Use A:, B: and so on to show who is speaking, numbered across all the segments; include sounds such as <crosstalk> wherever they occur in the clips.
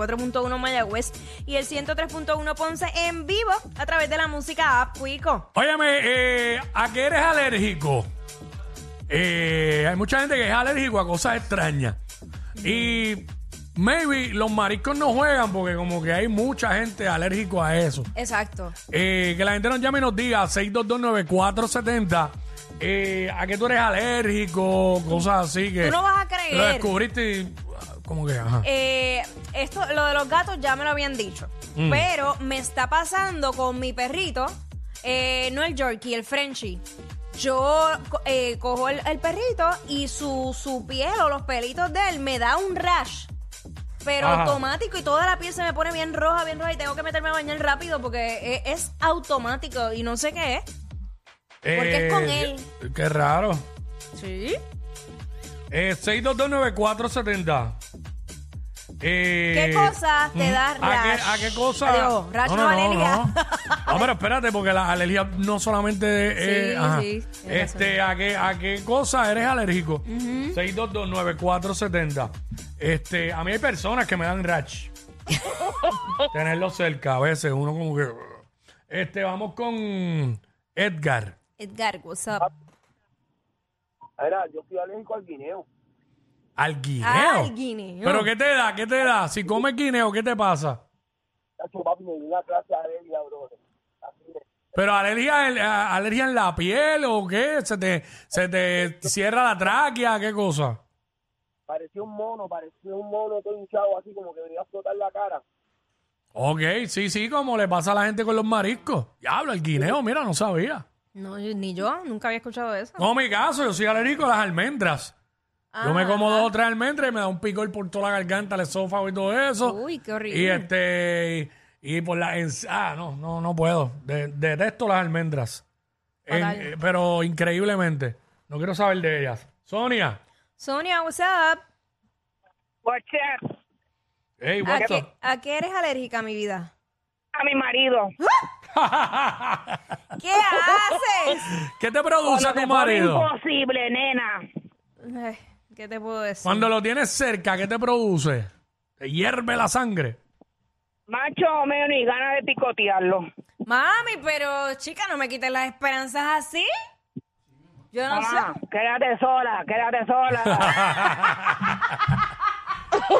A: 94.1 Mayagüez y el 103.1 Ponce en vivo a través de la música app Cuico.
B: Óyeme, eh, ¿a qué eres alérgico? Eh, hay mucha gente que es alérgico a cosas extrañas. Y maybe los mariscos no juegan porque como que hay mucha gente alérgico a eso.
A: Exacto.
B: Eh, que la gente nos llame y nos diga 6229470. Eh, ¿A qué tú eres alérgico? Cosas así que...
A: Tú no vas a
B: Lo
A: creer.
B: descubriste y... ah, Como que, ajá.
A: Eh, esto, lo de los gatos ya me lo habían dicho. Pero me está pasando con mi perrito, eh, no el Yorkie, el Frenchie. Yo co- eh, cojo el, el perrito y su, su piel o los pelitos de él me da un rash. Pero
B: Ajá.
A: automático y toda la piel se me pone bien roja, bien roja y tengo que meterme a bañar rápido porque e, es, es automático y no sé qué es. porque es con
B: Eh, Qué raro.
A: Sí.
B: Eh, 6229470. Eh,
A: ¿Qué cosa te
B: mm,
A: da
B: ¿A qué,
A: rash?
B: a qué cosa?
A: Adiós, rash no alérgica.
B: No, pero espérate, porque la alergia no solamente. eh,
A: Sí,
B: ajá.
A: sí, tienes
B: Este, ¿a qué, ¿A qué cosa eres alérgico? 6229470. Este, a mí hay personas que me dan
A: <laughs>
B: rash. Tenerlo cerca a veces, uno como que. Este, vamos con Edgar.
A: Edgar, what's up?
C: Era, yo soy alérgico al guineo.
B: Al guineo.
A: Ah, el guineo.
B: ¿Pero qué te da? ¿Qué te da? Si comes guineo, ¿qué te pasa?
C: Tacho, papi, me dio una clase de alergia, bro. Así de,
B: ¿Pero alergia, en- a- alergia en la piel o qué? ¿Se te, se te cierra la tráquea? ¿Qué cosa?
C: parecía un mono, parecía un mono todo hinchado, así como que venía a explotar la cara.
B: Ok, sí, sí, como le pasa a la gente con los mariscos. Diablo, el guineo, mira, no sabía.
A: No, yo- ni yo, nunca había escuchado eso.
B: No, mi caso, yo soy alérgico a las almendras. Yo me
A: Ah.
B: como dos o tres almendras y me da un picor por toda la garganta, el esófago y todo eso.
A: Uy, qué horrible.
B: Y eh, este, y, y por la, ens- ah, no, no, no puedo. De- detesto las almendras. En-
A: Fatal.
B: eh, pero increíblemente, no quiero saber de ellas. Sonia,
A: Sonia, what's up?
D: What's up?
B: hey,
A: ¿A
B: what's
A: qué, a qué eres alérgica, mi vida?
D: A mi marido.
B: up? <laughs>
A: ¿Qué haces?
B: <laughs> ¿Qué te produce
D: Cuando te
B: tu
D: pone
B: marido?
D: Imposible, nena.
A: Ay, ¿Qué te puedo decir?
B: Cuando lo tienes cerca, ¿qué te produce? Te hierve la sangre.
D: Macho o menos y ganas de picotearlo.
A: Mami, pero chica, no me quites las esperanzas así. Yo
B: Ah.
A: no
D: Mamá,
A: sé.
D: Ah, quédate sola, quédate sola.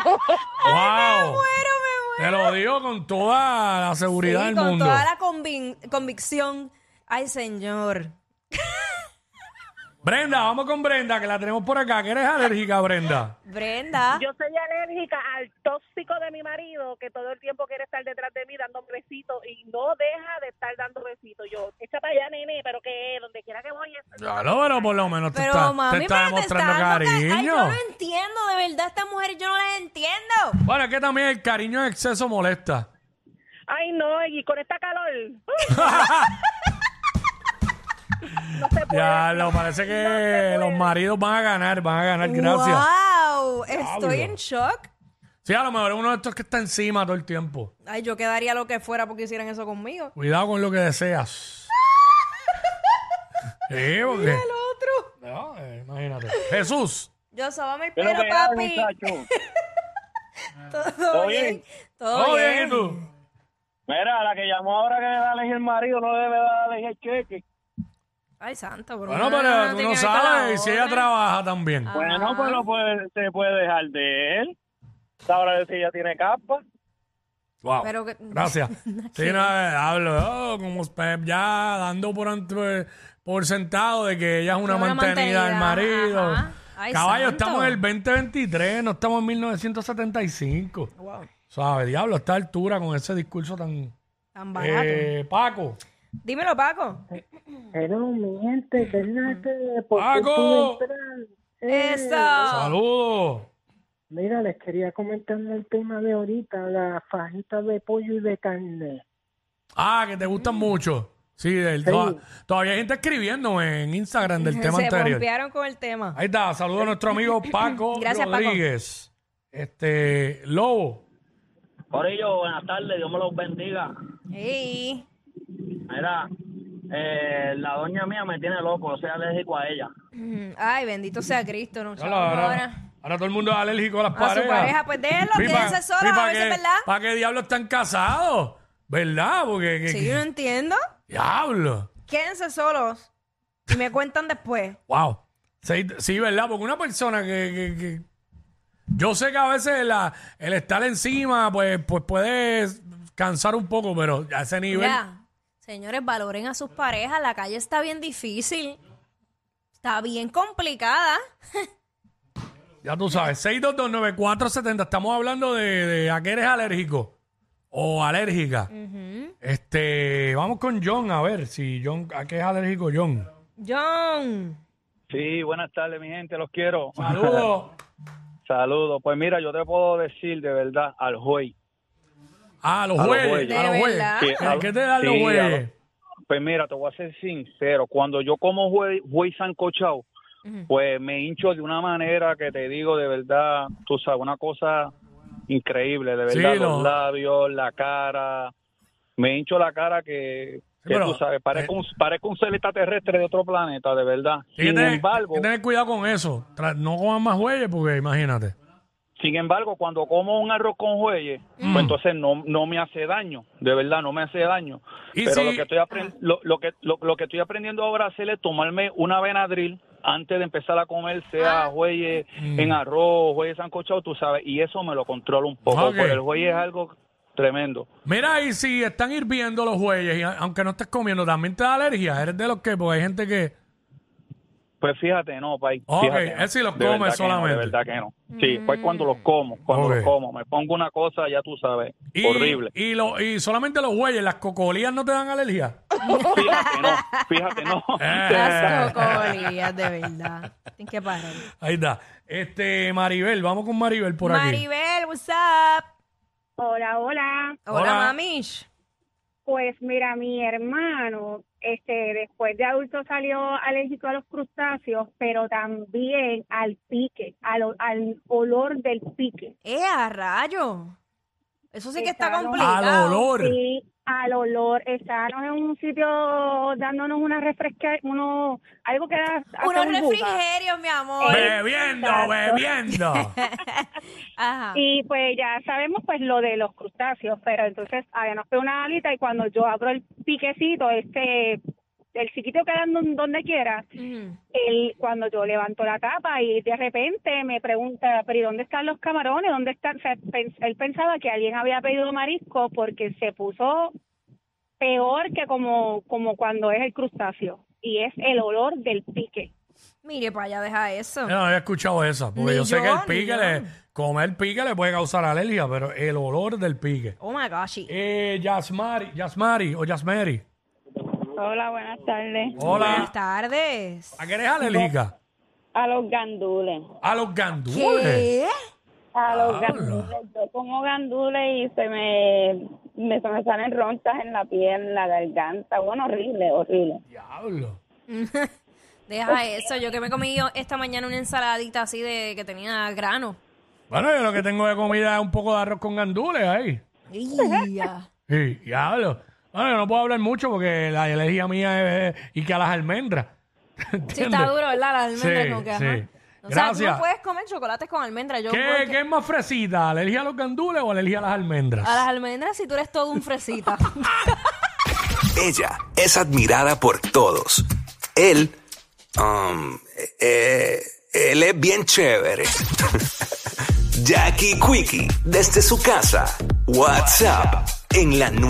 B: ¡Wow!
A: Pero me
B: Te lo digo con toda la seguridad
A: muero. Sí,
B: del
A: con
B: mundo.
A: toda la convin- convicción. Ay, señor.
B: Brenda, vamos con Brenda, que la tenemos por acá. ¿Que eres alérgica, Brenda?
A: Brenda.
E: Yo soy alérgica al tóxico de mi marido que todo el tiempo quiere estar detrás de mí dando besitos y no deja de estar dando besitos. Yo, echa para allá, nene, pero que donde quiera que voy es...
B: Claro, pero por lo menos te
A: pero
B: está,
A: mami,
B: te está
A: pero te está
B: demostrando
A: dando ca- Ay,
B: cariño.
A: yo no entiendo, de verdad, estas mujeres yo no las entiendo.
B: Bueno, es que también el cariño en exceso molesta.
E: Ay, no, y con esta calor... ¡uh! no se puede.
B: Ya, lo parece que los maridos van a ganar, van a ganar, gracias.
A: Wow, estoy
B: Diablo.
A: en shock.
B: Sí, a lo mejor uno de estos que está encima todo el tiempo.
A: Ay, yo quedaría lo que fuera porque hicieran eso conmigo.
B: Cuidado con lo
A: <laughs>
B: que deseas. sí, porque...
A: El otro.
B: No, eh, imagínate. Jesús.
A: Yo soba mi
C: ¿Qué es lo
A: pelo,
C: que hago,
A: papi.
C: muchacho?
A: Todo,
C: bien?
A: bien. Todo
B: Oye,
A: bien.
B: ¿y tú?
C: Mira, la que llamó ahora que le da alergia el marido no debe dar alergia el cheque.
A: Ay, santo, bro.
B: Bueno, pero tú no sabes si ella trabaja
A: Ah.
B: también.
C: Bueno, pues lo puede, se puede dejar de él. Sabrá si ella tiene capa.
B: Wow.
A: Pero que- <laughs>
B: Gracias. sí, no, eh, hablo oh, como usted ya dando por, ante- por sentado de que ella es una,
A: Que una
B: mantenida del
A: mantenida,
B: marido.
A: ajá. Ay,
B: Caballo,
A: santo.
B: estamos en el 2023, no estamos en 1975.
A: Wow,
B: ¿Sabes? Diablo, a esta altura con ese discurso tan...
A: tan barato.
B: Eh, Paco.
A: Dímelo, Paco.
F: Pero mi gente, ¿verdad que por qué
B: Paco.
F: tú entras? Eh,
A: Eso.
B: Saludos.
F: Mira, les quería comentar el tema de ahorita, las fajitas de pollo y de carne.
B: Ah, que te gustan
A: Mm.
B: mucho. Sí, del- toda- todavía hay gente escribiendo en Instagram del
A: <laughs>
B: tema
A: Se
B: anterior.
A: bombearon con el tema.
B: Ahí está, saludo a
A: <coughs>
B: nuestro amigo Paco
A: Gracias, Paco.
B: Rodríguez. Este, Lobo.
C: Por ello, buenas tardes, Dios me los bendiga.
A: Ey. <clears throat>
C: Mira, eh, la doña mía me tiene loco, yo soy alérgico a ella.
A: Mm, Ay, bendito sea Cristo. No,
B: Hola,
A: ahora.
B: ahora. Ahora todo el mundo es alérgico a las
A: su
B: parejas.
A: pareja, pues déjenlo, quédense solos, a ver si es verdad.
B: ¿Para qué diablos están casados? ¿Verdad? Porque. que-
A: Sí,
B: que-
A: yo no entiendo.
B: Diablo.
A: Quédense solos y me cuentan después.
B: Wow. Sí, sí, ¿verdad? Porque una persona que, que- que- Yo sé que a veces la, el estar encima, pues, pues puede cansar un poco, pero a ese nivel.
A: Mira, señores, valoren a sus parejas. La calle está bien difícil. Está bien complicada.
B: Ya tú sabes, 6229470. Estamos hablando de, de a qué eres alérgico o alérgica.
A: Mm.
B: Este, vamos con John a ver si John, a qué es alérgico John.
A: John.
C: Sí, buenas tardes, mi gente, los quiero.
B: Saludos.
C: Saludos. Pues mira, yo te puedo decir de verdad al juez.
B: <laughs> a los
C: A los
B: jueves.
C: bueyes.
B: A los
A: De
B: jueves.
A: verdad.
C: Sí, a
B: ¿A
C: los-
B: qué te dan los
C: sí, a
B: jueves?
C: Pues mira, te voy a ser sincero. Cuando yo como juez, juez sancochado, pues me hincho de una manera que te digo de verdad, tú sabes, una cosa increíble, de
B: Sí,
C: verdad.
B: no.
C: Los labios, la cara. Me hincho la cara que, que
B: pero- eh,
C: tú sabes, parezco un, parezco un ser extraterrestre de otro planeta, de verdad.
B: Hay que
C: Sin
B: tener-
C: embargo,
B: hay que tener cuidado con eso. Tra- No coman más jueves porque imagínate.
C: Sin embargo, cuando como un arroz con jueyes,
B: Mm.
C: pues entonces no, no me hace daño, de verdad, no me hace daño.
B: Y
C: Pero
B: si-
C: lo, que estoy apren- lo, lo que, lo, lo que estoy aprendiendo ahora a hacer es tomarme una Benadryl antes de empezar a comer,
B: Ah.
C: sea jueyes
B: Mm.
C: en arroz, jueyes sancochado, tú sabes, y eso me lo controlo un poco,
B: Ok.
C: porque el juey es algo tremendo.
B: Mira, y si están hirviendo los jueves, y a- aunque no estés comiendo, también te da alergia. Eres de los que, porque hay gente que.
C: Pues fíjate, no, país.
B: Ok,
C: fíjate, no.
B: es si los
C: De
B: comes
C: verdad que no,
B: solamente. Mm.
C: de verdad que no. Sí, pues cuando los como, cuando
B: Ok.
C: los como, me pongo una cosa, ya tú sabes,
B: Y, <laughs>
C: horrible.
B: Y, lo, y solamente los jueves, las cocolías no te dan alergia.
C: Fíjate, no, fíjate, no.
B: <laughs> Eh.
A: Las cocolías, de verdad. Tienes que parar.
B: Ahí está. Este, Maribel, vamos con Maribel por aquí.
A: Maribel, what's up?
G: Hola, hola.
A: Hola,
B: Hola.
A: mamish.
G: Pues mira, mi hermano, este, después de adulto salió alérgico a los crustáceos, pero también al pique, al, o- al olor del pique.
A: Eh, a rayo. Eso sí que está
G: Está
A: complicado.
B: Al olor.
G: Sí, al olor. Estábamos en un sitio dándonos una refresca, uno, algo que era hacer
A: Unos
G: un buga.
A: refrigerios, mi amor.
B: Bebiendo,
A: <laughs>
G: Exacto.
B: bebiendo.
A: Ajá.
G: Y pues ya sabemos pues lo de los crustáceos, pero entonces habíamos pegado una alita y cuando yo abro el piquecito, este, el chiquito quedando donde quiera,
A: Ujú.
G: él, cuando yo levanto la tapa y de repente me pregunta, pero ¿y dónde están los camarones? ¿Dónde están? O sea, pen- él pensaba que alguien había pedido marisco porque se puso peor que como, como cuando es el crustáceo. Y es el olor del pique.
A: Mire, para allá deja eso.
B: Yo no había escuchado eso, porque
A: Ni
B: yo, sé
A: yo,
B: que el
A: ni
B: pique,
A: yo.
B: le, comer pique le puede causar alergia, pero el olor del pique.
A: Oh my gosh.
B: Eh, Yasmari, Yasmari o Yasmeri.
G: Hola, buenas tardes.
A: Buenas
B: Hola.
A: tardes.
B: ¿A qué eres alérgica?
G: A los gandules.
B: A los gandules.
G: A los
B: Habla.
G: gandules. Yo como gandules y se me, me, se me salen ronchas en la piel, en la garganta. Bueno, horrible, horrible.
B: Diablo.
A: Deja eso. Yo que me comí esta mañana una ensaladita así de que tenía grano.
B: Bueno, yo lo que tengo de comida es un poco de arroz con gandules ahí.
A: Ya.
B: Sí, diablo. Bueno, yo no puedo hablar mucho porque la alergia mía es, es- y que a las almendras. <laughs>
A: Sí,
B: ¿Entiendes?
A: está duro, ¿verdad? Las almendras
B: Sí,
A: como que,
B: sí.
A: ajá. O sea, tú
B: Gracias.
A: no puedes comer chocolates con almendras. Yo
B: ¿Qué,
A: porque-
B: qué es más fresita? ¿Alergia a los gandules o alergia a las almendras?
A: A las almendras si tú eres todo un
B: <laughs>
A: fresita.
H: Ella es admirada por todos. Él, um, eh, él es bien chévere. <laughs> Jackie Quickie, desde su casa. WhatsApp, en la